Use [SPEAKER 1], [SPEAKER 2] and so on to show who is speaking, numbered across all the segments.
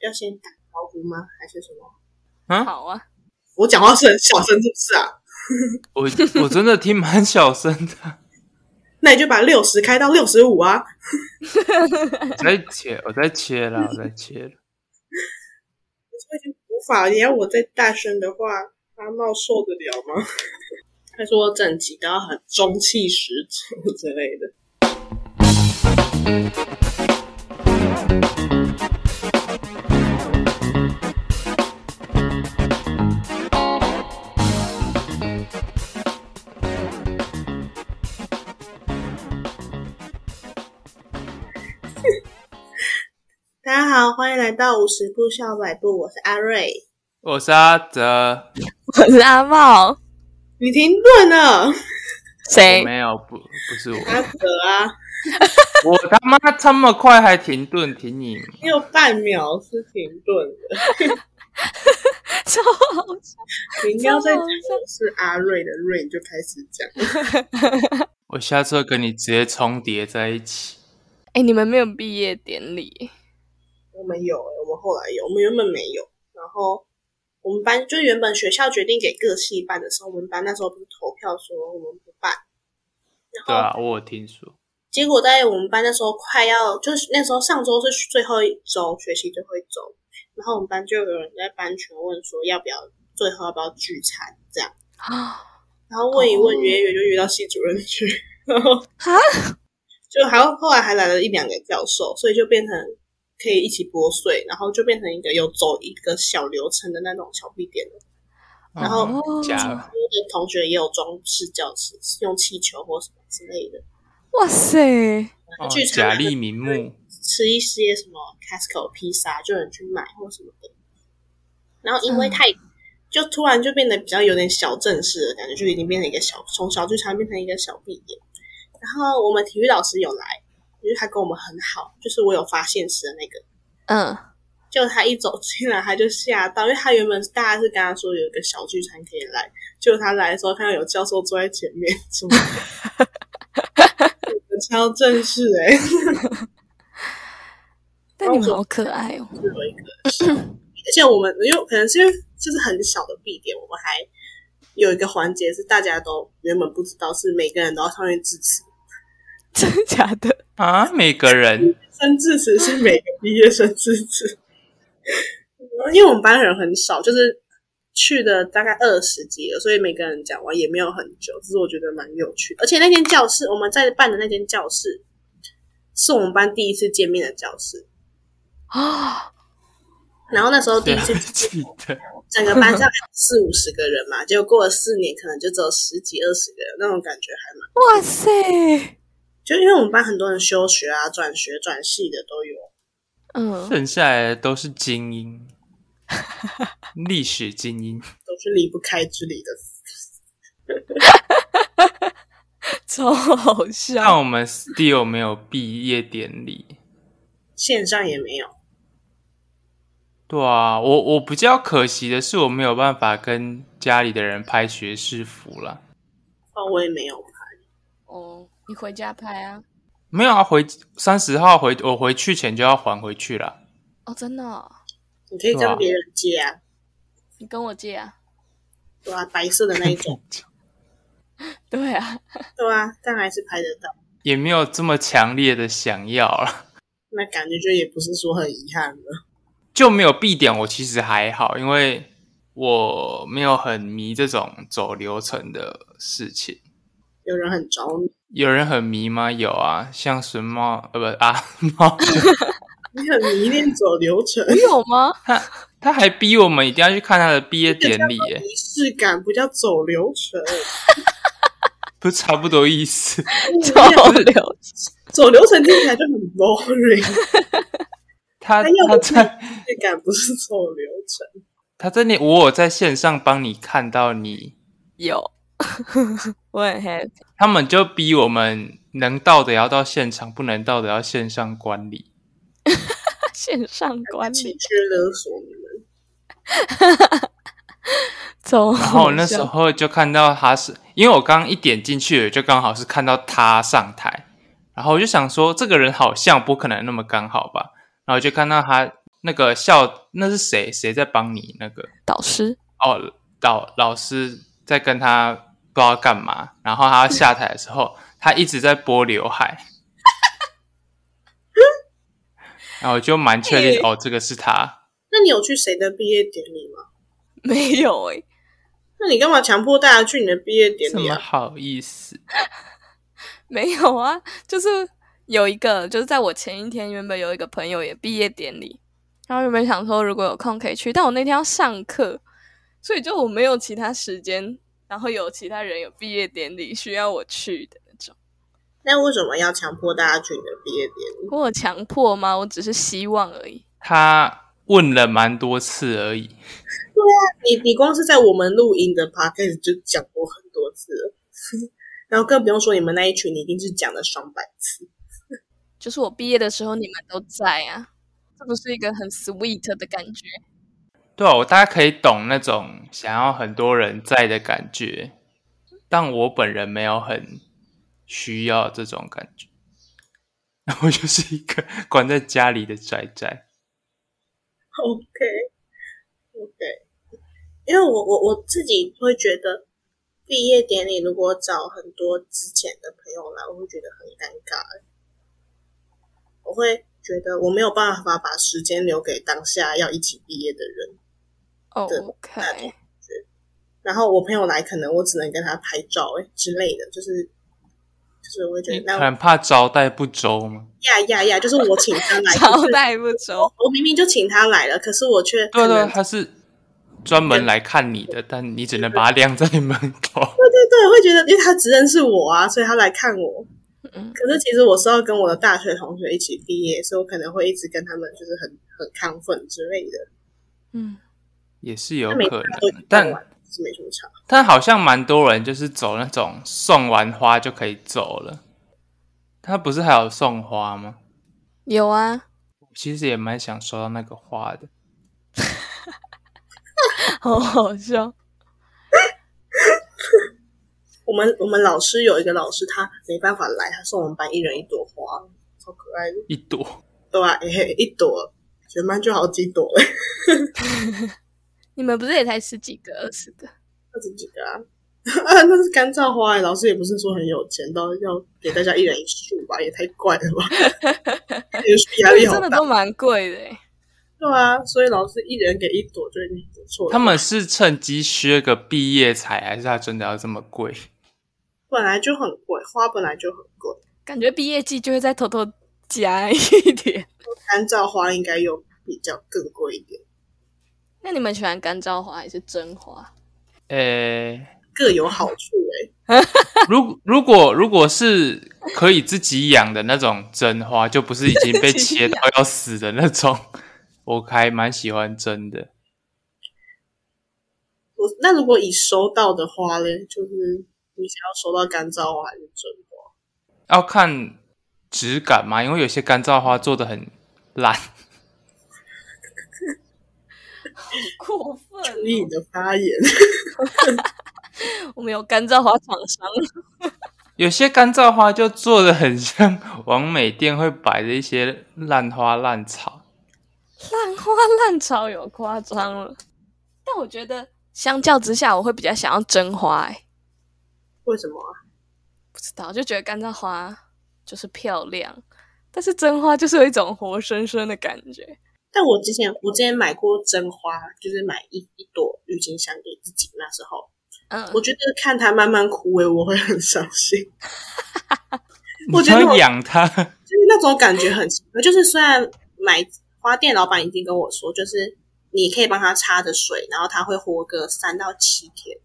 [SPEAKER 1] 要先打招呼吗？还是什么？
[SPEAKER 2] 好啊，
[SPEAKER 1] 我讲话是很小声，是不是啊？
[SPEAKER 3] 我我真的听蛮小声的，
[SPEAKER 1] 那你就把六十开到六十五啊！
[SPEAKER 3] 我在切，我在切了，我在切了。
[SPEAKER 1] 我已经无法，你要我再大声的话，阿茂受得了吗？ 他说我整集都要很中气十足之类的。大家好，欢迎来到五十步笑百步，我是阿瑞。
[SPEAKER 3] 我是阿哲，
[SPEAKER 2] 我是 阿茂，
[SPEAKER 1] 你停顿了，
[SPEAKER 2] 谁哎
[SPEAKER 3] 我？没有不不是我，
[SPEAKER 1] 阿哲啊，
[SPEAKER 3] 我他妈这么快还停顿，停你
[SPEAKER 1] 你有半秒是停顿的，
[SPEAKER 2] 超好笑
[SPEAKER 1] 你应该要再讲我是阿瑞的瑞，你就开始讲。
[SPEAKER 3] 我下次会跟你直接重叠在一起。
[SPEAKER 2] 哎、你们没有毕业典礼？
[SPEAKER 1] 我们有、欸，我们后来有，我们原本没有。然后我们班就原本学校决定给各系办的时候，我们班那时候不是投票说我们不办，
[SPEAKER 3] 对啊，我有听说。
[SPEAKER 1] 结果在我们班那时候快要，就是那时候上周是最后一周，学习最后一周，然后我们班就有人在班群问说要不要最后要不要聚餐这样，
[SPEAKER 2] 啊
[SPEAKER 1] 然后问一问约一约就约到系主任去， 然后
[SPEAKER 2] 哈
[SPEAKER 1] 就还有后来还来了一两个教授，所以就变成可以一起拨穗，然后就变成一个有走一个小流程的那种小必点了。然后
[SPEAKER 3] 嗯
[SPEAKER 2] 哦
[SPEAKER 3] 假
[SPEAKER 1] 我
[SPEAKER 3] 了，
[SPEAKER 1] 的同学也有装饰教室，用气球或什么之类的，
[SPEAKER 2] 哇塞，
[SPEAKER 3] 哦
[SPEAKER 1] 聚餐
[SPEAKER 3] 假立名目，
[SPEAKER 1] 吃一些什么 Casco 披萨，就有人去买或什么的。然后因为
[SPEAKER 2] 嗯
[SPEAKER 1] 太、就突然就变得比较有点小正式的感觉，就已经变成一个小从小聚餐变成一个小必点。然后我们体育老师有来，就是他跟我们很好，就是我有发现时的那个，
[SPEAKER 2] 嗯，
[SPEAKER 1] 就他一走进来，他就吓到，因为他原本大家是跟他说有一个小聚餐可以来，结果他来的时候看到有教授坐在前面，什么超正式哎、欸，
[SPEAKER 2] 但你们好可爱哦，
[SPEAKER 1] 有一个小，而且我们因为可能是因为就是很小的必点，我们还有一个环节是大家都原本不知道，是每个人都要上去致辞，
[SPEAKER 2] 真的假的？
[SPEAKER 3] 啊，每个人
[SPEAKER 1] 生致辞是每个毕业生致辞，因为我们班人很少，就是去的大概二十几了，所以每个人讲完也没有很久，只是我觉得蛮有趣的。而且那间教室，我们在办的那间教室，是我们班第一次见面的教室。
[SPEAKER 2] 啊、
[SPEAKER 1] 然后那时候第
[SPEAKER 3] 对
[SPEAKER 1] 一
[SPEAKER 3] 啊
[SPEAKER 1] 次，
[SPEAKER 3] 记得
[SPEAKER 1] 整个班上四五十个人嘛，结果过了四年，可能就只有十几二十个人，那种感觉还蛮……
[SPEAKER 2] 哇塞，
[SPEAKER 1] 就因为我们班很多人休学啊、转学、转系的都有，
[SPEAKER 2] 嗯，
[SPEAKER 3] 剩下来的都是精英，历史精英。
[SPEAKER 1] 都是离不开之理的
[SPEAKER 2] 超好
[SPEAKER 3] 但
[SPEAKER 2] 笑，
[SPEAKER 3] 我们 still 没有毕业典礼。
[SPEAKER 1] 线上也没有。
[SPEAKER 3] 对啊，我我比较可惜的是，我没有办法跟家里的人拍学士服啦。
[SPEAKER 1] 哦，我也没有拍，
[SPEAKER 2] 哦，你回家拍啊？
[SPEAKER 3] 没有啊，回三十号回我回去前就要还回去啦。
[SPEAKER 2] 哦，真的哦、
[SPEAKER 1] 你可以
[SPEAKER 3] 对啊
[SPEAKER 1] 跟别人借啊，
[SPEAKER 2] 你跟我借啊？
[SPEAKER 1] 对啊，白色的那一种，
[SPEAKER 2] 对啊，
[SPEAKER 1] 对啊，但还是拍得到。
[SPEAKER 3] 也没有这么强烈的想要啦，
[SPEAKER 1] 那感觉就也不是说很遗憾了。
[SPEAKER 3] 就没有必点。我其实还好，因为我没有很迷这种走流程的事情。
[SPEAKER 1] 有人很着迷，
[SPEAKER 3] 有人很迷吗？有啊，像熊猫呃不啊猫，
[SPEAKER 1] 你很迷恋走流程，
[SPEAKER 2] 我有 吗？
[SPEAKER 3] 他还逼我们一定要去看他的毕业典礼耶、
[SPEAKER 1] 仪式感不叫走流 程，
[SPEAKER 3] 不是差不多意思。
[SPEAKER 2] 超流，
[SPEAKER 1] 走流程听起来就很 boring。
[SPEAKER 3] 他
[SPEAKER 1] 他要
[SPEAKER 3] 他
[SPEAKER 1] 的是
[SPEAKER 3] 在
[SPEAKER 1] 仪式感不是走流程，
[SPEAKER 3] 他在那，我有在线上帮你看到你，
[SPEAKER 2] 有， 我很 happy，
[SPEAKER 3] 他们就逼我们能到的要到现场，不能到的要线上管理。
[SPEAKER 2] 线上管
[SPEAKER 1] 情
[SPEAKER 2] 理，
[SPEAKER 1] 绪勒索你们。
[SPEAKER 2] 超
[SPEAKER 3] 然后
[SPEAKER 2] 好
[SPEAKER 3] 我那时
[SPEAKER 2] 笑，
[SPEAKER 3] 候就看到他是，因为我刚一点进去，就刚好是看到他上台，然后我就想说这个人好像不可能那么刚好吧，然后就看到他那个校那是谁谁在帮你那个
[SPEAKER 2] 导师
[SPEAKER 3] 哦老老师在跟他不知道干嘛，然后他下台的时候，他一直在拨刘海，然后我就蛮确定、
[SPEAKER 2] 哎
[SPEAKER 3] 哦这个是他，
[SPEAKER 1] 那你有去谁的毕业典礼吗？
[SPEAKER 2] 没有哎、
[SPEAKER 1] 那你干嘛强迫大家去你的毕业典
[SPEAKER 3] 怎
[SPEAKER 1] 礼
[SPEAKER 3] 么
[SPEAKER 1] 啊？
[SPEAKER 3] 好意思？
[SPEAKER 2] 没有啊，就是有一个，就是在我前一天，原本有一个朋友也毕业典礼，然后原本想说如果有空可以去，但我那天要上课，所以就我没有其他时间，然后有其他人有毕业典礼需要我去的那种。
[SPEAKER 1] 那为什么要强迫大家去你的毕业典礼？
[SPEAKER 2] 我有强迫吗？我只是希望而已。
[SPEAKER 3] 他问了蛮多次而已，
[SPEAKER 1] 你你光是在我们录音的 podcast 就讲过很多次了， 然后更不用说你们那一群，你一定是讲了双百次。
[SPEAKER 2] 就是我毕业的时候你们都在啊，这不是一个很 sweet 的感觉？
[SPEAKER 3] 对啊，我大家可以懂那种想要很多人在的感觉，但我本人没有很需要这种感觉。 我就是一个 关在家里的宅宅，
[SPEAKER 1] OK OK，因为我我我自己会觉得毕业典礼如果找很多之前的朋友来，我会觉得很尴尬欸。我会觉得我没有办法把时间留给当下要一起毕业的人。
[SPEAKER 2] 哦、
[SPEAKER 1] 对
[SPEAKER 2] o k
[SPEAKER 1] 然后我朋友来，可能我只能跟他拍照哎、之类的，就是就是我会觉
[SPEAKER 3] 你
[SPEAKER 1] 得那
[SPEAKER 3] 很怕招待不周吗？
[SPEAKER 1] 呀呀呀，就是我请他 来，可
[SPEAKER 2] 招
[SPEAKER 1] 是
[SPEAKER 2] 待不周。
[SPEAKER 1] 我明明就请他来了，可是我却
[SPEAKER 3] 对
[SPEAKER 1] 可
[SPEAKER 3] 对，
[SPEAKER 1] 能
[SPEAKER 3] 他是专门来看你的，但你只能把他晾在门口。
[SPEAKER 1] 对对，会觉得因为他只认识我啊，所以他来看我。
[SPEAKER 2] 嗯，
[SPEAKER 1] 可是其实我是要跟我的大学同学一起毕业，所以我可能会一直跟他们就是很很亢奋之类的。
[SPEAKER 2] 嗯，
[SPEAKER 3] 也是有
[SPEAKER 1] 那每
[SPEAKER 3] 可
[SPEAKER 1] 次他都
[SPEAKER 3] 能，但
[SPEAKER 1] 玩是没什么差。
[SPEAKER 3] 但好像蛮多人就是走那种送完花就可以走了。他不是还有送花吗？
[SPEAKER 2] 有啊，
[SPEAKER 3] 其实也蛮想收到那个花的。
[SPEAKER 2] 好好笑。
[SPEAKER 1] 我们我们老师有一个老师，他没办法来，他送我们班一人一朵花，超可爱的。
[SPEAKER 3] 一朵，
[SPEAKER 1] 对啊，嘿嘿，一朵，全班就好几朵了，
[SPEAKER 2] 你们不是也才十几个、二十个？
[SPEAKER 1] 二十几个啊。 啊，那是干燥花、欸，老师也不是说很有钱到要给大家一人一束吧，也太怪了吧， 也是压力好
[SPEAKER 2] 真的
[SPEAKER 1] 大。
[SPEAKER 2] 都蛮贵的欸。
[SPEAKER 1] 对啊，所以老师一人给一朵就已经不错了。
[SPEAKER 3] 他们是趁机削个毕业彩，还是他真的要这么贵？
[SPEAKER 1] 本来就很贵，花本来就很贵，
[SPEAKER 2] 感觉毕业季就会再偷偷加一点。
[SPEAKER 1] 干燥花应该又比较更贵一点，
[SPEAKER 2] 那你们喜欢干燥花还是真花？
[SPEAKER 3] 呃、
[SPEAKER 1] 各有好处哎、
[SPEAKER 3] 如如果如果是可以自己养的那种真花，就不是已经 被
[SPEAKER 2] 自己
[SPEAKER 3] 切
[SPEAKER 2] 养
[SPEAKER 3] 到要死的那种， 我还蛮喜欢真的。
[SPEAKER 1] 我那如果以收到的花嘞，就是你想要收到啊干燥花还是真花？
[SPEAKER 3] 要看质感嘛，因为有些干燥花做的很烂，
[SPEAKER 2] 过分哦、
[SPEAKER 1] 注意你的发言。嗯
[SPEAKER 2] 我们有干燥花厂商，
[SPEAKER 3] 有些干燥花就做的很像王美店会摆的一些烂花烂草。
[SPEAKER 2] 烂花烂草有夸张了。但我觉得相较之下，我会比较想要真花、欸。
[SPEAKER 1] 为什么啊？
[SPEAKER 2] 不知道，就觉得干燥花就是漂亮，但是真花就是有一种活生生的感觉。
[SPEAKER 1] 但我之前我之前买过真花，就是买一一朵郁金香给自己，那时候
[SPEAKER 2] 嗯，
[SPEAKER 1] 我觉得看它慢慢枯萎，我会很伤 心。我
[SPEAKER 3] 你
[SPEAKER 1] 觉得
[SPEAKER 3] 要
[SPEAKER 1] 我
[SPEAKER 3] 养它，
[SPEAKER 1] 就是那种感觉很奇怪。就是虽然买花店老板已经跟我说，就是你可以帮他插着水，然后它会活个三到七天，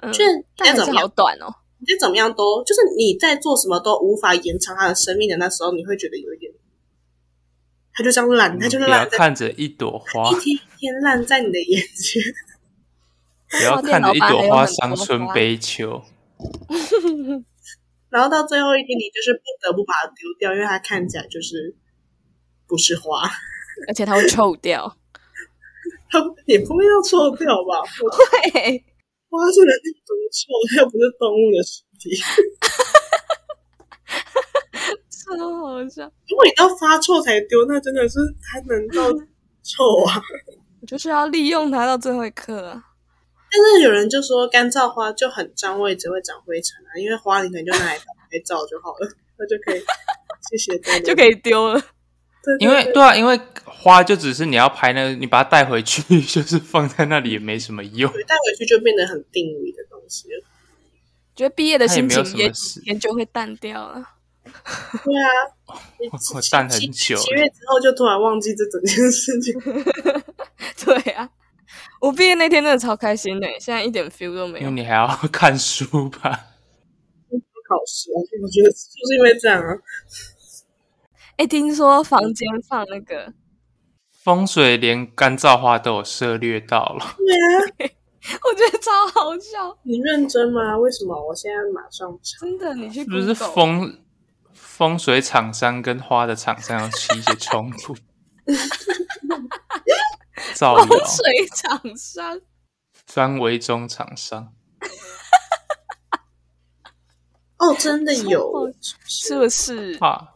[SPEAKER 2] 嗯
[SPEAKER 1] 就是你
[SPEAKER 2] 但
[SPEAKER 1] 再
[SPEAKER 2] 还
[SPEAKER 1] 怎
[SPEAKER 2] 是
[SPEAKER 1] 么
[SPEAKER 2] 好
[SPEAKER 1] 样，
[SPEAKER 2] 短哦。
[SPEAKER 1] 你再怎么样都，就是你在做什么都无法延长它的生命的那时候，你会觉得有一点，它就这样烂，它
[SPEAKER 3] 你
[SPEAKER 1] 就
[SPEAKER 3] 嗯 不要
[SPEAKER 1] 烂在
[SPEAKER 3] 看着一朵花
[SPEAKER 1] 一，天一天烂在你的眼前。
[SPEAKER 3] 不要看着一朵花伤春悲秋。
[SPEAKER 1] 然后到最后一天，你就是不得不把它丢掉，因为它看起来就是不是花，
[SPEAKER 2] 而且它会臭 掉。
[SPEAKER 1] 它也不会要臭掉吧？我
[SPEAKER 2] 对，
[SPEAKER 1] 花是人体毒臭，哦又不是动物的尸体。
[SPEAKER 2] 超好笑。
[SPEAKER 1] 如果你到发臭才丢，那真的是它能到臭啊！
[SPEAKER 2] 我就是要利用它到最后一刻啊。
[SPEAKER 1] 但是有人就说干燥花就很占位置，会长灰尘啊，因为花你可能就拿来拍照就好了，那就可以谢谢大家，
[SPEAKER 2] 就可以丢了。
[SPEAKER 1] 对对
[SPEAKER 3] 因为
[SPEAKER 1] 对
[SPEAKER 3] 对啊，因为花就只是你要拍那个，你把它带回去， 就是放在那里也没什么用，
[SPEAKER 1] 对带回去就变得很定位的东西了。
[SPEAKER 2] 觉得毕业的
[SPEAKER 3] 它也
[SPEAKER 2] 心
[SPEAKER 3] 没有
[SPEAKER 2] 情
[SPEAKER 3] 什
[SPEAKER 2] 也
[SPEAKER 3] 么事
[SPEAKER 2] 几天就会淡掉了。
[SPEAKER 1] 对啊，你
[SPEAKER 3] 我淡很
[SPEAKER 1] 七
[SPEAKER 3] 久
[SPEAKER 1] 七月之后就突然忘记这整件事情，
[SPEAKER 2] 对啊，我毕业那天真的超开心的，现在一点 feel 都没
[SPEAKER 3] 因为
[SPEAKER 2] 有。
[SPEAKER 3] 你还要看书吧。
[SPEAKER 1] 考试啊，我觉得就是因为这样啊。
[SPEAKER 2] 哎，听说房间放那个，
[SPEAKER 3] 风水连干燥花都有涉略到 了，
[SPEAKER 1] 对啊，
[SPEAKER 2] 我觉得超好笑，
[SPEAKER 1] 你认真吗？为什么我现在马上查？
[SPEAKER 2] 真的。哦你去
[SPEAKER 3] 是不是
[SPEAKER 2] Google
[SPEAKER 3] 风风水厂商跟花的厂商有起一些冲 突？造
[SPEAKER 2] 风
[SPEAKER 3] 谣，
[SPEAKER 2] 水厂商，
[SPEAKER 3] 专为中厂商，
[SPEAKER 1] 哦，真的
[SPEAKER 2] 超好
[SPEAKER 1] 有，
[SPEAKER 2] 是不是？
[SPEAKER 3] 怕啊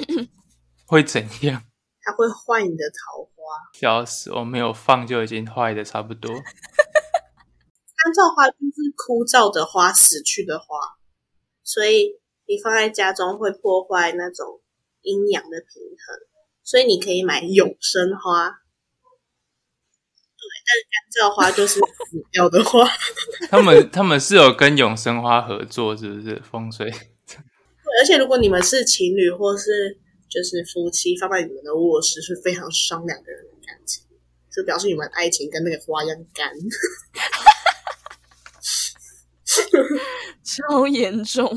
[SPEAKER 3] 会怎样？
[SPEAKER 1] 它会坏你的桃花。
[SPEAKER 3] 笑死！我没有放就已经坏的差不多。
[SPEAKER 1] 干燥花就是枯燥的花，死去的花，所以你放在家中会破坏那种阴阳的平衡，所以你可以买永生花。对，但是干燥花就是死掉的花。
[SPEAKER 3] 他们他们是有跟永生花合作，是不是？风水
[SPEAKER 1] 对而且如果你们是情侣或是就是夫妻，放在你们的卧室是非常伤两个人的感情，就表示你们爱情跟那个花一样干。
[SPEAKER 2] 超严重，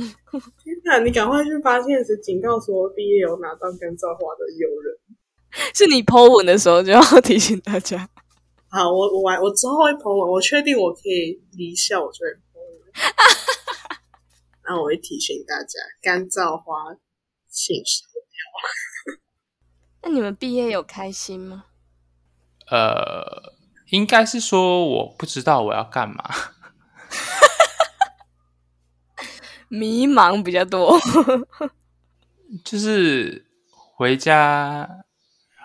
[SPEAKER 1] 那你赶快去发现时警告说毕业有拿到干燥花的友人。
[SPEAKER 2] 是你 Po 文的时候就要 提醒大家。
[SPEAKER 1] 好，我我玩，我之后会捧我，我确定我可以离校，我就会捧 我。然后我会提醒大家，干燥花请收。
[SPEAKER 2] 那你们毕业有开心吗？
[SPEAKER 3] 呃，应该是说我不知道我要干嘛。
[SPEAKER 2] 迷茫比较多，
[SPEAKER 3] 就是回家，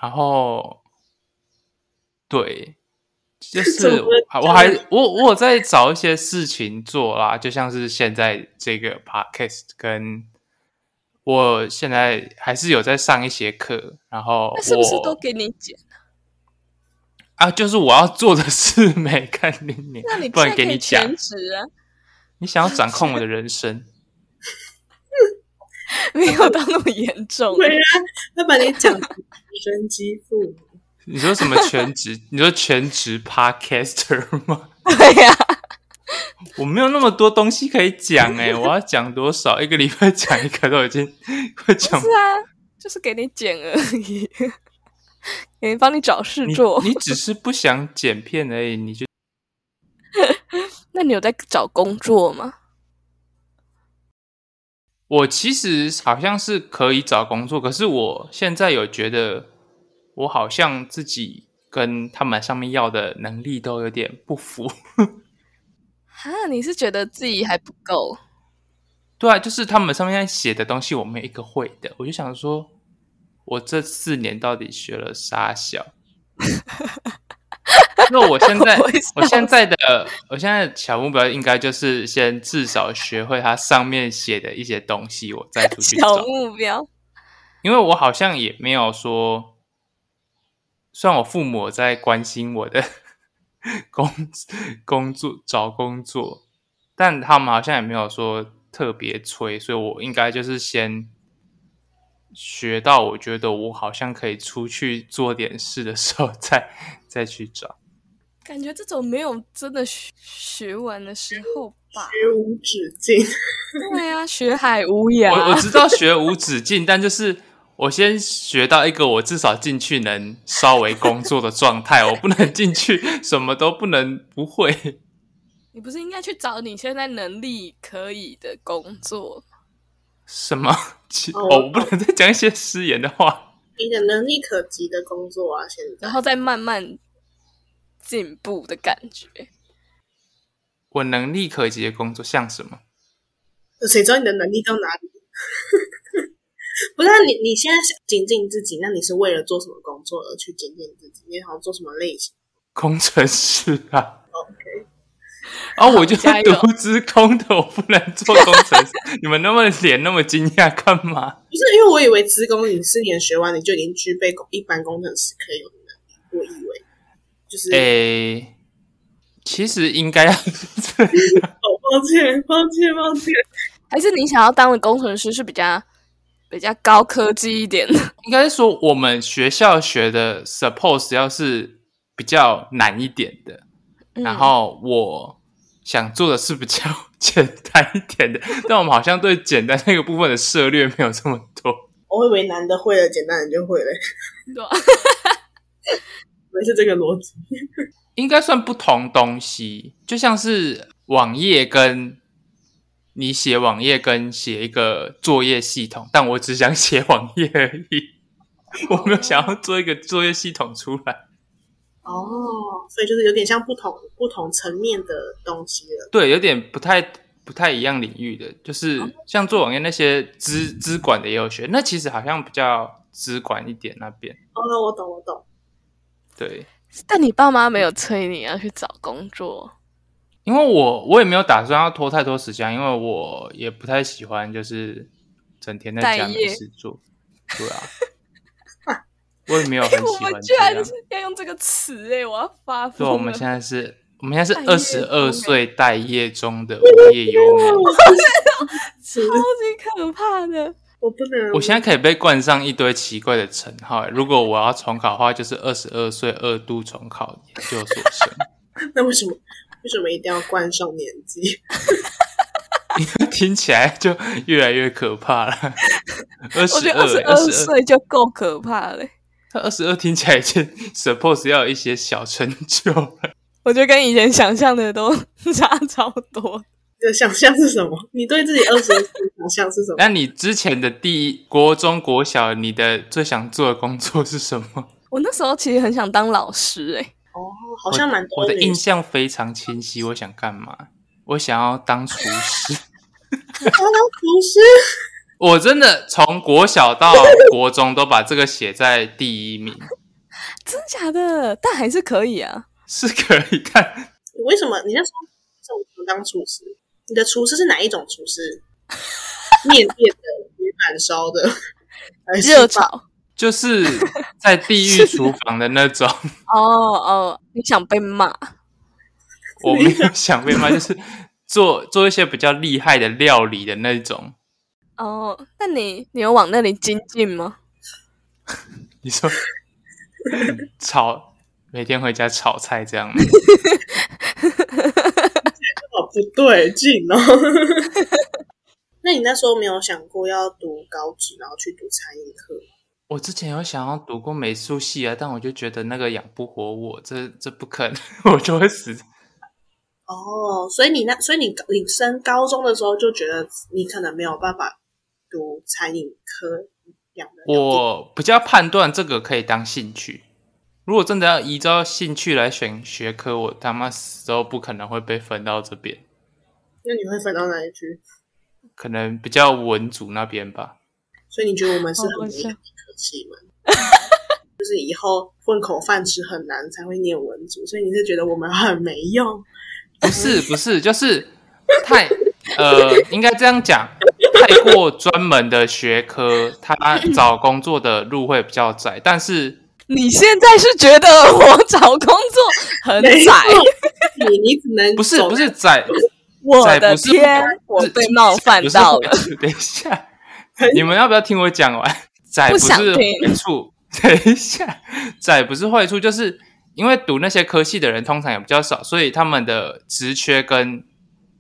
[SPEAKER 3] 然后对，就
[SPEAKER 1] 怎
[SPEAKER 3] 是
[SPEAKER 1] 么会
[SPEAKER 3] 我我还我我有在找一些事情做啦，就像是现在这个 podcast，跟我现在还是有在上一些课，然后
[SPEAKER 2] 那是不是
[SPEAKER 3] 我
[SPEAKER 2] 都给你剪？
[SPEAKER 3] 啊，就是我要做的事 没看你你
[SPEAKER 2] 那你，
[SPEAKER 3] 不
[SPEAKER 2] 现
[SPEAKER 3] 然
[SPEAKER 2] 在可
[SPEAKER 3] 给
[SPEAKER 2] 以
[SPEAKER 3] 你讲
[SPEAKER 2] 全，职啊，
[SPEAKER 3] 你想要掌控我的人生，
[SPEAKER 2] 没有到那么严重。
[SPEAKER 1] 对啊，他把你讲成独生肌父母，
[SPEAKER 3] 你说什么全职？ 你说全职 podcaster 吗？
[SPEAKER 2] 对呀、
[SPEAKER 3] 我没有那么多东西可以讲哎、我要讲多少？一个礼拜讲一个都已经 会讲
[SPEAKER 2] 是。啊，就是给你剪而已， 给你帮你找事
[SPEAKER 3] 你
[SPEAKER 2] 做。
[SPEAKER 3] 你只是不想剪片而已，你就
[SPEAKER 2] 那你有在找工作吗？
[SPEAKER 3] 我其实好像是可以找工作，可是我现在有觉得我好像自己跟他们上面要的能力都有点不符。
[SPEAKER 2] 啊，你是觉得自己还不够？
[SPEAKER 3] 对啊，就是他们上面写的东西我没有一个会的，我就想说，我这四年到底学了啥小？ 那我现在
[SPEAKER 2] 我会笑
[SPEAKER 3] 我现在的我现在的小目标应该就是先至少学会它上面写的一些东西，我再出去
[SPEAKER 2] 小
[SPEAKER 3] 找。
[SPEAKER 2] 目标，
[SPEAKER 3] 因为我好像也没有说，虽然我父母有在关心我的 工工作找工作，但他们好像也没有说特别催，所以我应该就是先学到，我觉得我好像可以出去做点事的时候再 再去找。
[SPEAKER 2] 感觉这种没有真的学学完的时候吧。
[SPEAKER 1] 学无止境。
[SPEAKER 2] 对啊，学海无
[SPEAKER 3] 我我
[SPEAKER 2] 涯。
[SPEAKER 3] 知道学无止境，但就是我先学到一个我至少进去能稍微工作的状态，我不能进去什么都不能不会。
[SPEAKER 2] 你不是应该去找你现在能力可以的工作？
[SPEAKER 3] 什么？其
[SPEAKER 1] 哦
[SPEAKER 3] 哦，我不能再讲一些失言的话。
[SPEAKER 1] 你的能力可及的工作啊，现在
[SPEAKER 2] 然后再慢慢进步的感觉。
[SPEAKER 3] 我能力可及的工作像什么？
[SPEAKER 1] 谁知道你的能力到哪里？ 不是啊你，你现在想精进自己，那你是为了做什么工作而去精进自己？你好像做什么类型？
[SPEAKER 3] 工程师啊。啊，我就是
[SPEAKER 2] 加油
[SPEAKER 3] 读资工的，我不能做工程师。你们那么脸那么惊讶干嘛？
[SPEAKER 1] 不是，因为我以为资工你四年学完，你就已经具备工一般工程师可以有的能力，我以为就是、
[SPEAKER 3] 哎诶、其实应该要 这样
[SPEAKER 1] 哦，抱歉，抱歉，抱歉，
[SPEAKER 2] 还是你想要当的工程师是比较比较高科技一点的？
[SPEAKER 3] 应该是说我们学校学的 suppose 要是比较难一点的，
[SPEAKER 2] 嗯
[SPEAKER 3] 然后我想做的是比较 简单一点的，但我们好像对简单那个部分的涉略没有这么多。
[SPEAKER 1] 我以为男的会了，简单人就会了，
[SPEAKER 2] 嗯 对啊
[SPEAKER 1] 以为是这个逻辑。
[SPEAKER 3] 应该算不同东西，就像是网页跟你写网页跟写一个作业系统，但我只想写网页而已， 我没有想要做一个作业系统出来。
[SPEAKER 1] 哦，所以就是有点像不同不同层面的东西了。
[SPEAKER 3] 对，有点不太不太一样领域的，
[SPEAKER 2] 哦
[SPEAKER 3] 就是像做网页那些资资管的也有学，那其实好像比较资管一点那边。
[SPEAKER 1] 哦，我懂，我懂。
[SPEAKER 3] 对，
[SPEAKER 2] 但你爸妈没有催你要去找工作，
[SPEAKER 3] 因为我我也没有打算要拖太多时间，因为我也不太喜欢就是整天在家
[SPEAKER 2] 待
[SPEAKER 3] 没
[SPEAKER 2] 业
[SPEAKER 3] 事做，对啊， 我也没有很
[SPEAKER 2] 我
[SPEAKER 3] 喜
[SPEAKER 2] 们
[SPEAKER 3] 欢
[SPEAKER 2] 居
[SPEAKER 3] 这
[SPEAKER 2] 然
[SPEAKER 3] 样。
[SPEAKER 2] 要用这个词哎、我要发
[SPEAKER 3] 对啊，我
[SPEAKER 2] 疯
[SPEAKER 3] 们
[SPEAKER 2] 了！
[SPEAKER 3] 现在是，我们现在是
[SPEAKER 2] 待
[SPEAKER 3] 二
[SPEAKER 2] 业
[SPEAKER 3] 十
[SPEAKER 2] 中
[SPEAKER 3] 二
[SPEAKER 2] 欸
[SPEAKER 3] 岁待业中的无业游民，
[SPEAKER 1] 是
[SPEAKER 2] 超级可怕的，
[SPEAKER 1] 我不能，
[SPEAKER 3] 我现在可以被冠上一堆奇怪的称号欸。如果我要重考的话，就是二十二岁二度重考研究所生。
[SPEAKER 1] 那为什么为什么一定要冠上年纪？
[SPEAKER 3] 听起来就越来越可怕了。二
[SPEAKER 2] 我
[SPEAKER 3] 十
[SPEAKER 2] 觉得二十
[SPEAKER 3] 二，
[SPEAKER 2] 二
[SPEAKER 3] 二十二，
[SPEAKER 2] 岁就够可怕了欸、
[SPEAKER 3] 他二十二听起来已经 suppose 要有一些小成就了。
[SPEAKER 2] 我觉得跟以前想象的都 差超多。
[SPEAKER 1] 你的想象是什么？你对自己二十岁的想象是什么？
[SPEAKER 3] 那你之前的第一国中、国小，你的最想做的工作是什么？
[SPEAKER 2] 我那时候其实很想当老师、哎，
[SPEAKER 1] 哦，好像蛮
[SPEAKER 3] 我
[SPEAKER 1] 多
[SPEAKER 3] 的
[SPEAKER 1] 女
[SPEAKER 3] 印象非常清晰，我想干嘛？我想要当厨师。
[SPEAKER 1] 当厨师，
[SPEAKER 3] 我真的从国小到国中都把这个写在第一名，
[SPEAKER 2] 真假的？但还是可以啊。
[SPEAKER 3] 是可以看。
[SPEAKER 1] 你为什么你那时候为什么当厨师？你的厨师是哪一种厨 师？面店的、鱼板烧的， 还是
[SPEAKER 2] 热炒
[SPEAKER 3] 就是在地狱厨房的那种，
[SPEAKER 2] 哦哦，你想被骂？
[SPEAKER 3] 我没有想被骂，就是做做一些比较厉害的料理的那种。
[SPEAKER 2] 哦，那你你有往那里精进吗？
[SPEAKER 3] 你说嗯炒，每天回家炒菜这样吗？
[SPEAKER 1] 哦，不对劲哦。 那你那时候没有想过要读高职，然后去读餐饮课吗？
[SPEAKER 3] 我之前有想要读过美术系啊，但我就觉得那个养不活我，这这不可能， 我就会死。
[SPEAKER 1] 哦，所以你那，所以你你升高中的时候就觉得你可能没有办法读餐饮科养得了
[SPEAKER 3] 我比较判断这个可以当兴趣。如果真的要依照兴趣来选学科，我他妈死都不可能会被分到这边，
[SPEAKER 1] 那你会分到哪里去？
[SPEAKER 3] 可能比较文组那边吧。
[SPEAKER 1] 所以你觉得我们是
[SPEAKER 2] 好
[SPEAKER 1] 很
[SPEAKER 2] 搞
[SPEAKER 1] 没
[SPEAKER 2] 笑
[SPEAKER 1] 有可惜吗？ 就是以后混口饭吃很难才会念文组，所以你是觉得我们很没用？
[SPEAKER 3] 不是不是，就是太呃，应该这样讲，太过专门的学科，他找工作的路会比较窄，但是
[SPEAKER 2] 你现在是觉得我找工作很
[SPEAKER 1] 没
[SPEAKER 2] 窄？
[SPEAKER 1] 错， 你你只能
[SPEAKER 3] 不是
[SPEAKER 1] 走
[SPEAKER 3] 不是窄，
[SPEAKER 2] 我
[SPEAKER 3] 窄
[SPEAKER 2] 的
[SPEAKER 3] 不是
[SPEAKER 2] 天，我被冒犯
[SPEAKER 3] 不是
[SPEAKER 2] 到
[SPEAKER 3] 回
[SPEAKER 2] 了。
[SPEAKER 3] 处。等一下，你们要不要听我讲完？窄
[SPEAKER 2] 不
[SPEAKER 3] 不
[SPEAKER 2] 想
[SPEAKER 3] 是
[SPEAKER 2] 听
[SPEAKER 3] 坏处，等一下，窄不是坏处，就是因为读那些科系的人通常也比较少，所以他们的职缺跟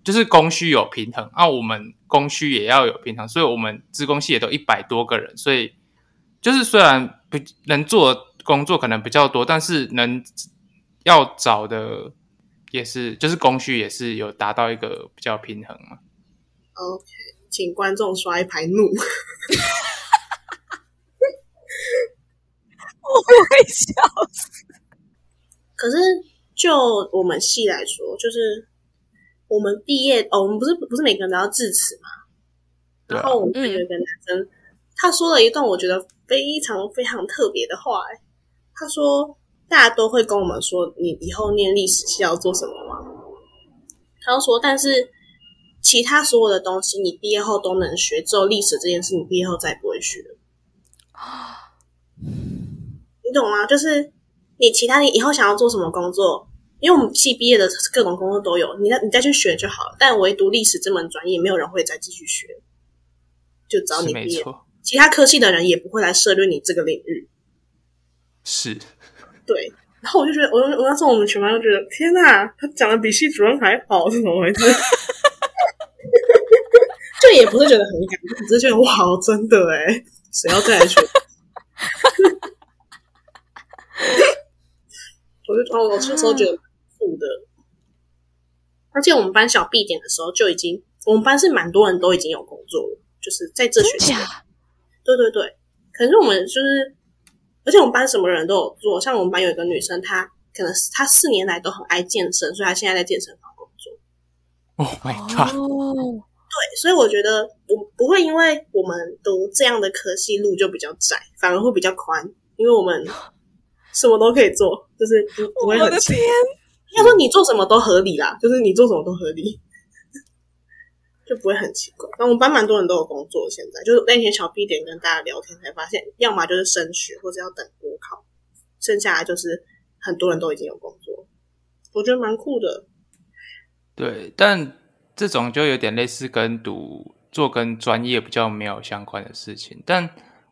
[SPEAKER 3] 就是供需有平衡。啊，我们供需也要有平衡，所以我们职工系也都一百多个人，所以就是虽然不能做的工作可能比较多，但是能要找的也是就是供需也是有达到一个比较平衡嘛。
[SPEAKER 1] OK，请观众刷一排怒。
[SPEAKER 2] 我会笑死。
[SPEAKER 1] 可是就我们系来说，就是我们毕业哦，我们不是不是每个人都要致辞嘛，
[SPEAKER 3] 对啊
[SPEAKER 1] 然后我们就有一个男生，他说了一段我觉得非常非常特别的话、欸。他说：“大家都会跟我们说，你以后念历史系要做什么吗？”他就说：“但是其他所有的东西你毕业后都能学，只有历史这件事你毕业后再也不会学 了。”你懂吗？就是你其他你以后想要做什么工作，因为我们系毕业的各种工作都有，你再你再去学就好了。但唯独历史这门专业，没有人会再继续学，就只要
[SPEAKER 3] 是
[SPEAKER 1] 你
[SPEAKER 3] 没
[SPEAKER 1] 毕业，
[SPEAKER 3] 错，
[SPEAKER 1] 其他科系的人也不会来涉猎你这个领域。
[SPEAKER 3] 是
[SPEAKER 1] 对，然后我就觉得，我我那时候我们全班都觉得，天呐，他讲的比系主任还好，是怎么回事？ 就也不是觉得很感动，只是觉得哇，真的哎，谁要再来学？ 我就哦，我那时候觉得蛮酷的，而且我们班小 B 点的时候就已经，我们班是蛮多人都已经有工作了，就是在这学
[SPEAKER 2] 真
[SPEAKER 1] 期
[SPEAKER 2] 假
[SPEAKER 1] 的？对对对，可是我们就是，而且我们班什么人都有做，像我们班有一个女生，她可能是她四年来都很爱健身，所以她现在在健身房工作。
[SPEAKER 3] ，Oh my god，
[SPEAKER 2] 哦，
[SPEAKER 1] 对，所以我觉得我不会因为我们读这样的科系路就比较窄，反而会比较宽，因为我 们什么都可以做，就是不不
[SPEAKER 2] 我
[SPEAKER 1] 会很
[SPEAKER 2] 的
[SPEAKER 1] 轻
[SPEAKER 2] 天，
[SPEAKER 1] 要说你做什么都合理啦，就是你做什么都合理， 就不会很奇怪。那我们班蛮多人都有工作，现在就是那天小 B 点跟大家聊天才发现，要么就是升学，或者要等国考，剩下来就是很多人都已经有工作，我觉得蛮酷的。
[SPEAKER 3] 对，但这种就有点类似跟读做跟专业比较没有相关的事情。但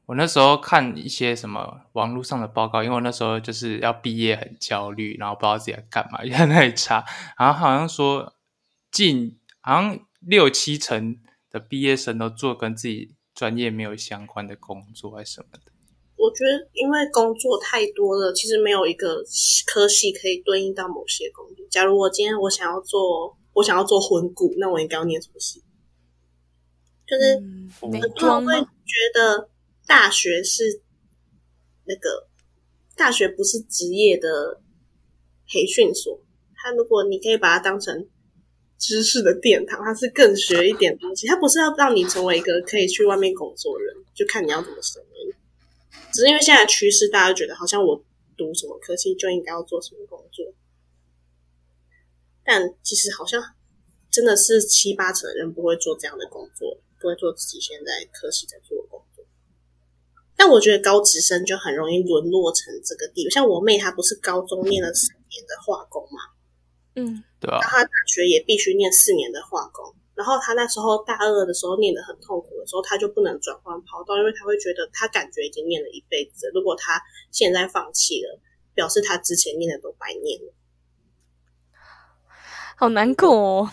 [SPEAKER 3] 我那时候看一些什么网络上的报告，因为我那时候就是要毕业很焦虑，然后不知道自己要干嘛，就在那里查，然后好像说近好像六七成的毕业生都做跟自己专业没有相关的工作还是什么的。
[SPEAKER 1] 我觉得因为工作太多了，其实没有一个科系可以对应到某些工作。假如我今天我想要做，我想要做魂骨，那我应该要念什么系？就是。
[SPEAKER 2] 嗯
[SPEAKER 3] 我
[SPEAKER 2] 美
[SPEAKER 1] 很多
[SPEAKER 2] 妆
[SPEAKER 1] 人会
[SPEAKER 2] 吗？
[SPEAKER 1] 觉得大学是那个大学不是职业的培训所，它如果你可以把它当成知识的殿堂，它是更学一点东西，它不是要让你成为一个可以去外面工作的人，就看你要怎么生而已。只是因为现在的趋势，大家觉得好像我读什么科系就应该要做什么工作，但其实好像真的是七八成的人不会做这样的工作，不会做自己现在科系在做的工作。但我觉得高职生就很容易沦落成这个地步，像我妹她不是高中念了三年的化工嘛，
[SPEAKER 2] 嗯，
[SPEAKER 3] 对吧、
[SPEAKER 1] 然后她大学也必须念四年的化工，然后她那时候大二的时候念得很痛苦的时候，她就不能转换跑道，因为她会觉得她感觉已经念了一辈子了，如果她现在放弃了，表示她之前念的都白念了。
[SPEAKER 2] 好难过哦。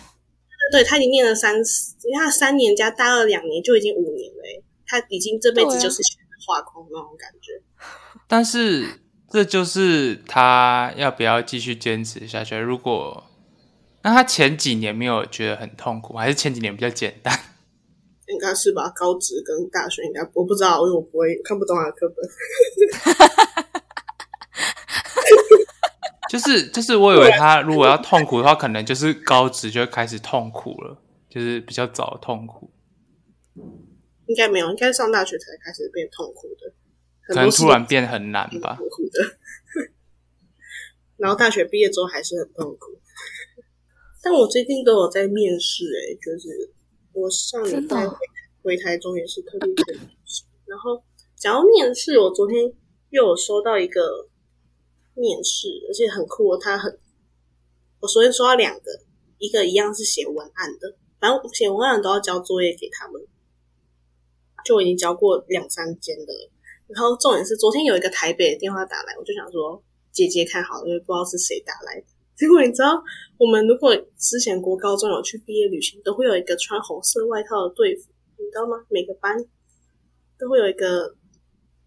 [SPEAKER 1] 对他已经念了三四，因为他三年加大二两年就已经五年了、欸，他已经这辈
[SPEAKER 2] 对
[SPEAKER 1] 子
[SPEAKER 2] 啊
[SPEAKER 1] 就是学化工那种感觉。
[SPEAKER 3] 但是这就是他要不要继续坚持下去。如果那他前几年没有觉得很痛苦，还是前几年比较简单？
[SPEAKER 1] 应该是吧，高职跟大学应该我不知道，因为我不会看不懂他的课本。
[SPEAKER 3] 就是就是，我以为他如果要痛苦的话，可能就是高职就会开始痛苦了，就是比较早痛苦，
[SPEAKER 1] 应该没有，应该是上大学才开始变痛苦的，
[SPEAKER 3] 可
[SPEAKER 1] 很
[SPEAKER 3] 能
[SPEAKER 1] 多事
[SPEAKER 3] 突然变很难
[SPEAKER 1] 挺
[SPEAKER 3] 吧。
[SPEAKER 1] 痛苦的。 然后大学毕业之后还是很痛苦。但我最近都有在面试、欸，就是我上礼
[SPEAKER 2] 真的
[SPEAKER 1] 拜
[SPEAKER 2] 哦
[SPEAKER 1] 回回台中也是特地去面试。然后讲到面试，我昨天又有收到一个面试，而且很酷、哦，它很我昨天收到两个，一个一样是写文案的，反正写文案都要交作业给他们，就我已经交过两三间的了。然后重点是昨天有一个台北的电话打来，我就想说姐姐看好了，因为不知道是谁打来的。结果你知道，我们如果之前国高中有去毕业旅行，都会有一个穿红色外套的队服，你知道吗？每个班都会有一个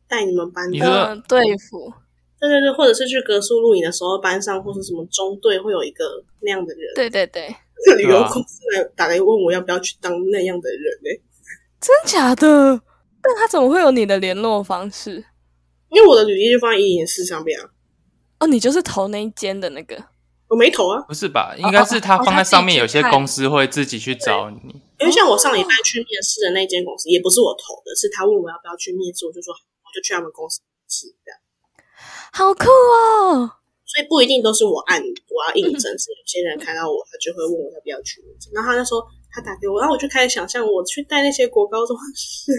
[SPEAKER 1] 带你们班的。
[SPEAKER 3] 你说
[SPEAKER 2] 嗯，对付
[SPEAKER 1] 对对对，或者是去格宿露营的时候，班上或是什么中队会有一个那样的人，
[SPEAKER 2] 对对对，
[SPEAKER 1] 旅
[SPEAKER 3] 啊
[SPEAKER 1] 游公司来打来问我要不要去当那样的人欸呢、
[SPEAKER 2] 真假的？但他怎么会有你的联络方式？
[SPEAKER 1] 因为我的履历就放在一零四上面啊，
[SPEAKER 2] 哦，你就是投那一间的那个。
[SPEAKER 1] 我没投啊。
[SPEAKER 3] 不是吧？应该是他放在上面，有些公司会自己去找你。
[SPEAKER 1] 因为像我上礼拜去面试的那间公司，也不是我投的，是他问我要不要去面试，我就说好我就去他们公司面试这样。
[SPEAKER 2] 好酷哦！
[SPEAKER 1] 所以不一定都是我按我要应征，是有些人看到我，他就会问我要不要去面试。然后他就说他打给我，然后我就开始想象我去带那些国高中生，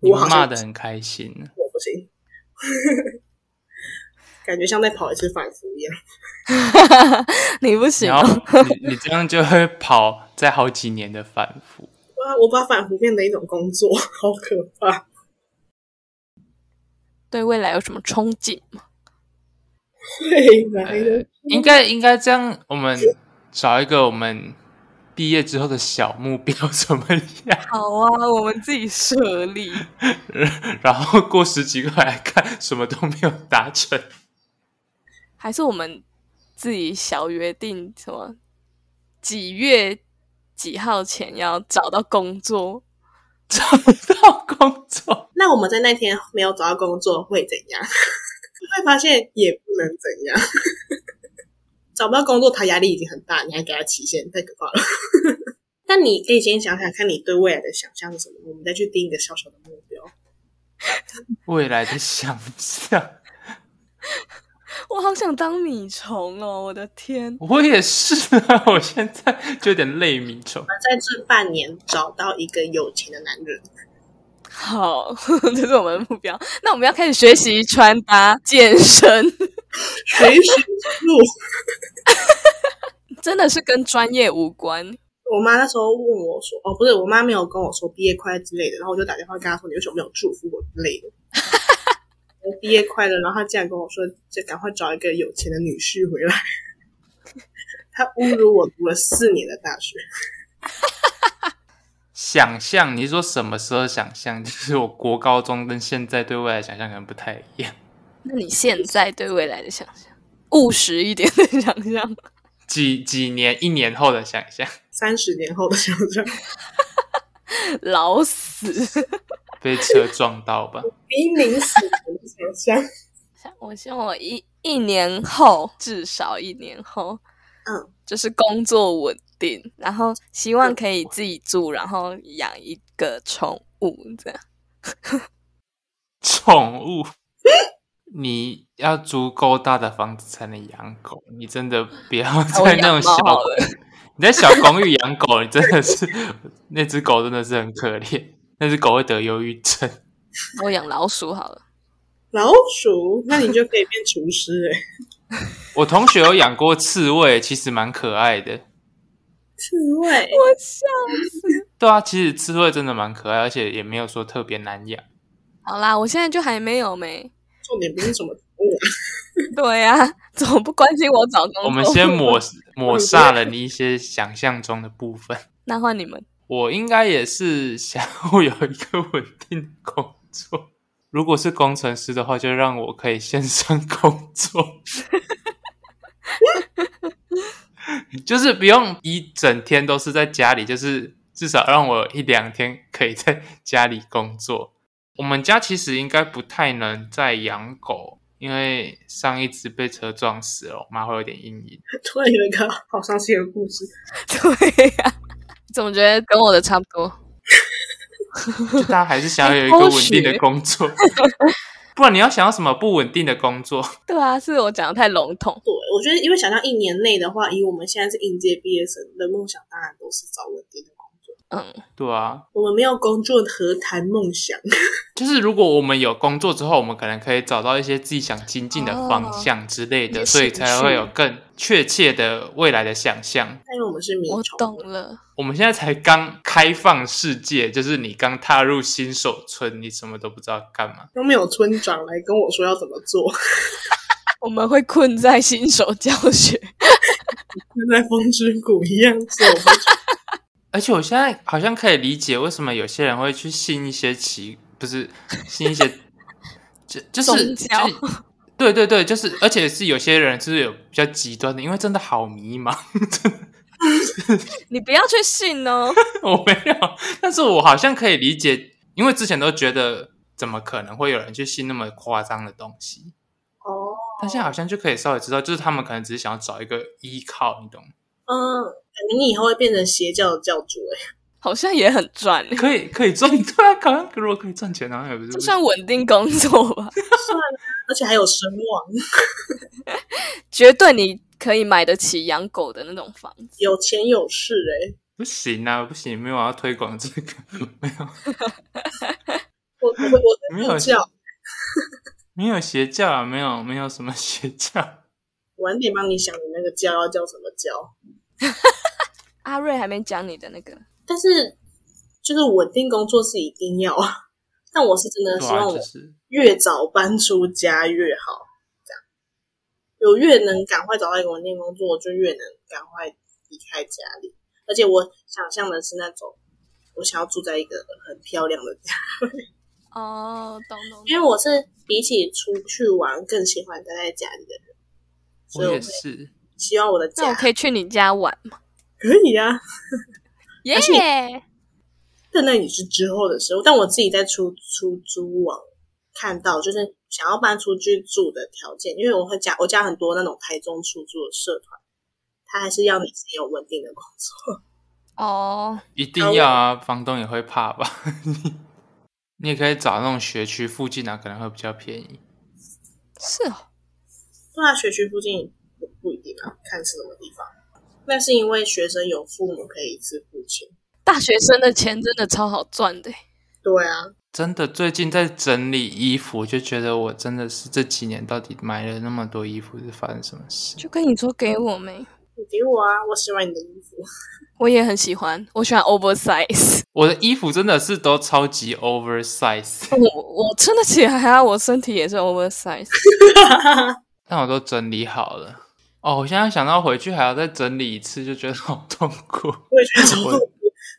[SPEAKER 3] 你
[SPEAKER 1] 我
[SPEAKER 3] 们
[SPEAKER 1] 好
[SPEAKER 3] 骂
[SPEAKER 1] 像
[SPEAKER 3] 的很开心。
[SPEAKER 1] 我不行，感觉像在跑一次反复一样。
[SPEAKER 2] 你不行
[SPEAKER 3] 然
[SPEAKER 2] 哦、
[SPEAKER 3] 后你你这样就会跑在好几年的反复。
[SPEAKER 1] 哇，我把反复变成一种工作，好可怕！
[SPEAKER 2] 对未来有什么憧憬吗？
[SPEAKER 1] 未来
[SPEAKER 3] 呃
[SPEAKER 1] 的，
[SPEAKER 3] 应该应该这样，我们找一个我们毕业之后的小目标 怎么样？
[SPEAKER 2] 好啊，我们自己设立。
[SPEAKER 3] 然后过十几个来看，什么都没有达成。
[SPEAKER 2] 还是我们自己小约定什么几月几号前要找到工作？
[SPEAKER 3] 找不到工作，
[SPEAKER 1] 那我们在那天没有找到工作会怎样？ 会发现也不能怎样。找不到工作，他压力已经很大，你还给他期限，太可怕了。那你可以先想想看，你对未来的想象是什么？我们再去定一个小小的目标。
[SPEAKER 3] 未来的想象，
[SPEAKER 2] 我好想当米虫哦！我的天，
[SPEAKER 3] 我也是啊，我现在就有点累米虫。
[SPEAKER 1] 在这半年找到一个有钱的男人，
[SPEAKER 2] 好， 这是我们的目标。那我们要开始学习穿搭、健身，
[SPEAKER 1] 随时路。
[SPEAKER 2] 真的是跟专业无关。
[SPEAKER 1] 我妈那时候问我说：“哦，不是，我妈没有跟我说毕业快乐之类的。”然后我就打电话跟她说：“你为什么没有祝福我之类的？”我毕业快乐，然后她竟然跟我说：“就赶快找一个有钱的女婿回来。”她侮辱我读了四年的大学，
[SPEAKER 3] 想象，你说什么时候想象？就是我国高中跟现在对未来想象可能不太一样。
[SPEAKER 2] 那你现在对未来的想象，务实一点的想象，
[SPEAKER 3] 几几年、一年后的想象，
[SPEAKER 1] 三十年后的想象，
[SPEAKER 2] 老死。
[SPEAKER 3] 被车撞到吧？
[SPEAKER 1] 濒临死亡的想象。
[SPEAKER 2] 我希望我一一年后，至少一年后，
[SPEAKER 1] 嗯，
[SPEAKER 2] 就是工作稳定，然后希望可以自己住，然后养一个宠物这 样。
[SPEAKER 3] 宠物， 你要足够大的房子才能养狗，你真的不要
[SPEAKER 2] 我
[SPEAKER 3] 在那种
[SPEAKER 2] 养猫
[SPEAKER 3] 小
[SPEAKER 2] 好了，
[SPEAKER 3] 你在小公寓养狗，你真的是那只狗真的是很可怜， 那只狗会得忧郁症。
[SPEAKER 2] 我养老鼠好了。
[SPEAKER 1] 老鼠，那你就可以变厨师哎、
[SPEAKER 3] 我同学有养过刺猬，其实蛮可爱的。
[SPEAKER 1] 刺猬，
[SPEAKER 2] 我笑。
[SPEAKER 3] 对啊，其实刺猬真的蛮可爱，而且也没有说特别难养。
[SPEAKER 2] 好啦，我现在就还没有没。
[SPEAKER 1] 重点不是什么动物，啊
[SPEAKER 2] 对呀、啊，怎么不关心我找工作？
[SPEAKER 3] 我们先抹抹煞了你一些想象中的部分。
[SPEAKER 2] 那换你们。
[SPEAKER 3] 我应该也是想要有一个稳定的工作。如果是工程师的话，就让我可以线上工作，就是不用一整天都是在家里，就是至少让我一两天可以在家里工作。我们家其实应该不太能再养狗，因为上一只被车撞死了，我妈会有点阴影。
[SPEAKER 1] 突然有一个好伤心的故事。
[SPEAKER 2] 对呀、怎么觉得跟我的差不多？
[SPEAKER 3] 就大家还是想要有一个稳定的工作，不然你要想要什么不稳定的工作？
[SPEAKER 2] 对啊，是我讲的太笼统。
[SPEAKER 1] 对，我觉得因为想象一年内的话，以我们现在是应届毕业生的梦想，当然都是找稳定的工作。
[SPEAKER 2] 嗯，
[SPEAKER 3] 对啊，
[SPEAKER 1] 我们没有工作，何谈梦想？
[SPEAKER 3] 就是如果我们有工作之后，我们可能可以找到一些自己想精进的方向之类的，
[SPEAKER 2] 哦
[SPEAKER 3] 所以才会有
[SPEAKER 2] 兴趣
[SPEAKER 3] 更确切的未来的想象。
[SPEAKER 1] 但因为我们是迷
[SPEAKER 2] 我
[SPEAKER 1] 虫，
[SPEAKER 2] 懂了。
[SPEAKER 3] 我们现在才刚开放世界，就是你刚踏入新手村，你什么都不知道干嘛。
[SPEAKER 1] 都没有村长来跟我说要怎么做，
[SPEAKER 2] 我们会困在新手教学。
[SPEAKER 1] 跟在风之谷一样做。
[SPEAKER 3] 而且我现在好像可以理解为什么有些人会去信一些奇，不是 信一些，就就是
[SPEAKER 2] 宗教
[SPEAKER 3] 就是对对对，就是而且是有些人就是有比较极端的，因为真的好迷茫。
[SPEAKER 2] 你不要去信哦。
[SPEAKER 3] 我没有，但是我好像可以理解，因为之前都觉得怎么可能会有人去信那么夸张的东西，
[SPEAKER 1] 哦，
[SPEAKER 3] 但现在好像就可以稍微知道，就是他们可能只是想要找一个依靠，你懂吗？
[SPEAKER 1] 嗯，感觉你以后会变成邪教的教主哎、
[SPEAKER 2] 好像也很赚欸，
[SPEAKER 3] 可以可以赚，对啊，好像如果可以赚钱，好像也不是
[SPEAKER 2] 就算稳定工作 吧，
[SPEAKER 1] 而且还有神网，
[SPEAKER 2] 绝对你可以买得起养狗的那种房子。
[SPEAKER 1] 有钱有势哎、
[SPEAKER 3] 不行啊，不行，没有要推广这个，没有
[SPEAKER 1] 我我我
[SPEAKER 3] 没
[SPEAKER 1] 我
[SPEAKER 3] 有
[SPEAKER 1] 教，
[SPEAKER 3] 没有邪教啊，没有没有什么 邪教。
[SPEAKER 1] 晚点帮你想你那个教要叫什么教，
[SPEAKER 2] 阿瑞还没讲你的那个，
[SPEAKER 1] 但是就是稳定工作是一定要啊。但我是真的
[SPEAKER 3] 对
[SPEAKER 1] 希望
[SPEAKER 3] 啊，
[SPEAKER 1] 我
[SPEAKER 3] 就是
[SPEAKER 1] 越早搬出家越好，这样有越能赶快找到一个稳定工作，就越能赶快离开家里。而且我想象的是那种，我想要住在一个很漂亮的家，
[SPEAKER 2] 哦，懂懂懂
[SPEAKER 1] 因为我是比起出去玩更喜欢待在家里的人，所以
[SPEAKER 3] 我
[SPEAKER 1] 我
[SPEAKER 3] 也
[SPEAKER 1] 会
[SPEAKER 3] 是，
[SPEAKER 1] 希望我的
[SPEAKER 2] 那
[SPEAKER 1] 家
[SPEAKER 2] 我可以去你家玩吗？
[SPEAKER 1] 可以啊。
[SPEAKER 2] 耶、
[SPEAKER 1] 是但那也是之后的事。但我自己在出出租网看到，就是想要搬出去住的条件，因为我会加我加很多那种台中出租的社团，他还是要你是有稳定的工作。
[SPEAKER 2] 哦，
[SPEAKER 3] 一定要啊，房东也会怕吧？你你也可以找那种学区附近啊，可能会比较便宜。
[SPEAKER 2] 是哦，
[SPEAKER 1] 对啊，学区附近不不一定啊，看是什么地方。那是因为学生有父母可以一次付清。
[SPEAKER 2] 大学生的钱真的超好赚的欸，
[SPEAKER 1] 对啊，
[SPEAKER 3] 真的，最近在整理衣服，就觉得我真的是这几年到底买了那么多衣服，是发生什么事？
[SPEAKER 2] 就跟你说给我没，
[SPEAKER 1] 你给我啊，我喜欢你的衣服。
[SPEAKER 2] 我也很喜欢，我喜欢 oversize。
[SPEAKER 3] 我的衣服真的是都超级 oversize，
[SPEAKER 2] 我我撑得起来啊，我身体也是 oversize。
[SPEAKER 3] 但我都整理好了。哦，我现在想到回去还要再整理一次，就觉得好痛苦。
[SPEAKER 1] 我也觉得超痛苦。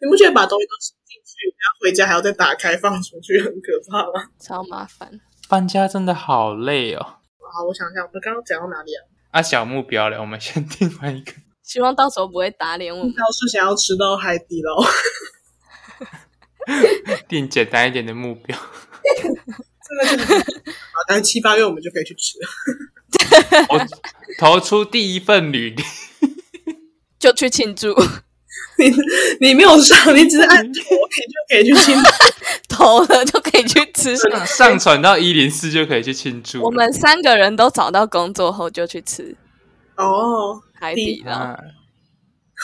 [SPEAKER 1] 你不觉得把东西都收进去，然后回家还要再打开放出去，很可怕吗？
[SPEAKER 2] 超麻烦。
[SPEAKER 3] 搬家真的好累哦。
[SPEAKER 1] 好，我想想，我们刚刚讲到哪里啊？
[SPEAKER 3] 啊，小目标了，我们先定完一个。
[SPEAKER 2] 希望到时候不会打脸我们。
[SPEAKER 1] 要是想要吃到海底捞，
[SPEAKER 3] 定简单一点的目标。
[SPEAKER 1] 真的就是好，但是七八月我们就可以去吃。
[SPEAKER 3] 我投出第一份履历，
[SPEAKER 2] 就去庆 祝，
[SPEAKER 1] 你没有上，你只是按头，可以就可以去吃。
[SPEAKER 2] 投了就可以去吃。
[SPEAKER 3] 上传到一零四就可以去庆祝了。
[SPEAKER 2] 嗯我们三个人都找到工作后就去吃
[SPEAKER 1] 哦，
[SPEAKER 2] 海底捞，
[SPEAKER 3] 啊，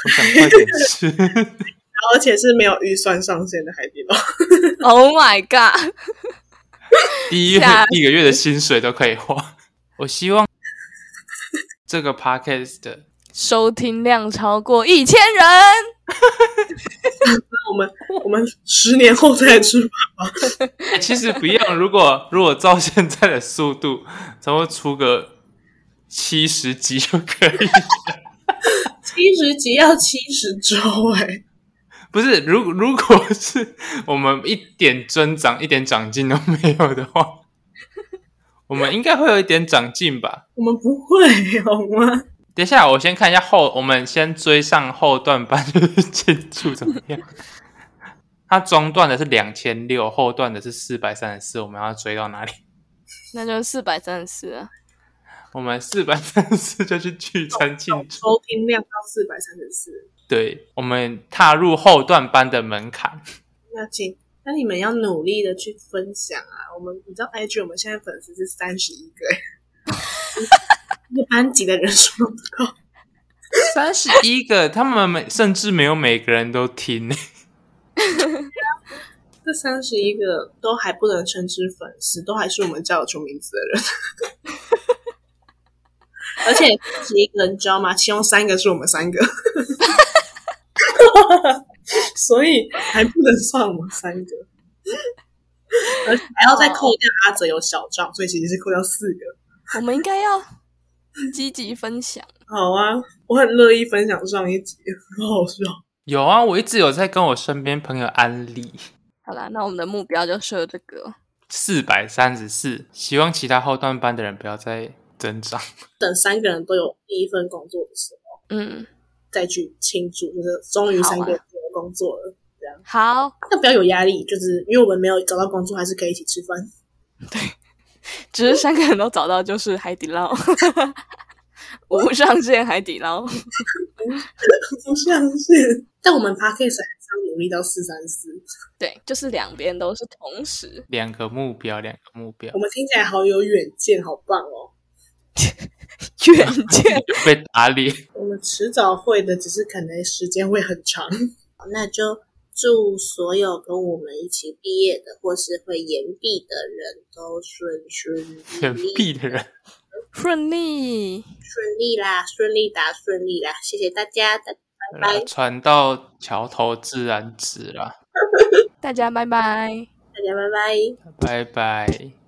[SPEAKER 3] 我想快点 吃。
[SPEAKER 1] 而且是没有预算上限的海底捞。
[SPEAKER 2] Oh my god！
[SPEAKER 3] 第一月
[SPEAKER 2] 吓死
[SPEAKER 3] 一个月的薪水都可以花。我希望这个 podcast 的
[SPEAKER 2] 收听量超过一千人，
[SPEAKER 1] 那我们我们十年后再吃吧。
[SPEAKER 3] 欸其实不用，如果如果照现在的速度，差不多出个七十集就可以。
[SPEAKER 1] 七十集要七十周哎、
[SPEAKER 3] 不是，如果如果是我们一点增长、一点长进都没有的 话，我们应该会有一点长进吧？
[SPEAKER 1] 我们不会好吗？
[SPEAKER 3] 等一下，我先看一下后，我们先追上后段班就是进度怎么样？ 它中段的是两千六，后段的是四百三十四，我们要追到哪里？
[SPEAKER 2] 那就四百三十四。
[SPEAKER 3] 我们四百三十四就去聚餐庆祝。
[SPEAKER 1] 收听量到四百三十四，
[SPEAKER 3] 对，我们踏入后段班的门槛。
[SPEAKER 1] 那请那你们要努力的去分享啊！我们你知道 IG 我们现在粉丝是三十一个、欸， 一班级的人数都不够。
[SPEAKER 3] 三十一个， 他们每甚至没有每个人都听。
[SPEAKER 1] 这三十一个都还不能称之粉丝，都还是我们叫得出名字的人。 而且三十一个人，你知道吗？其中三个是我们三 个，所以还不能算我们三个。而且还要再扣掉阿泽有小账，所以其实是扣掉四个。
[SPEAKER 2] 我们应该要积极分享，
[SPEAKER 1] 好啊，我很乐意分享上一集，很好笑。
[SPEAKER 3] 有啊，我一直有在跟我身边朋友安利
[SPEAKER 2] 好啦，那我们的目标就设这个。
[SPEAKER 3] 四百三十四，希望其他后段班的人不要再增长。
[SPEAKER 1] 等三个人都有第一份工作的时候，
[SPEAKER 2] 嗯，
[SPEAKER 1] 再去庆祝，就是终于三个人都有工作了。
[SPEAKER 2] 好，
[SPEAKER 1] 但不要有压力，就是因为我们没有找到工作，还是可以一起吃饭。
[SPEAKER 2] 只是三个人都找到就是海底捞。 无上限海底捞。
[SPEAKER 1] 不像是。 但我们 podcast 还是要努力到四三四，
[SPEAKER 2] 对，就是两边都是 同时。
[SPEAKER 3] 两个目标，两个目标
[SPEAKER 1] 我，们听起来好有远见，好棒哦。
[SPEAKER 2] 远见，
[SPEAKER 3] 被打脸。
[SPEAKER 1] 我们迟早会的，只是可能时间会很长。 好那就祝所有跟我们一起毕业的或是会延毕的人都顺顺
[SPEAKER 3] 很
[SPEAKER 1] 利利，
[SPEAKER 3] 屁的人，
[SPEAKER 2] 顺利，
[SPEAKER 1] 顺利啦，顺利达，顺利啦！谢谢大家，大家拜拜，
[SPEAKER 3] 船到桥头自然直啦，
[SPEAKER 2] 大家拜拜。
[SPEAKER 1] 大家拜拜。
[SPEAKER 3] 拜拜。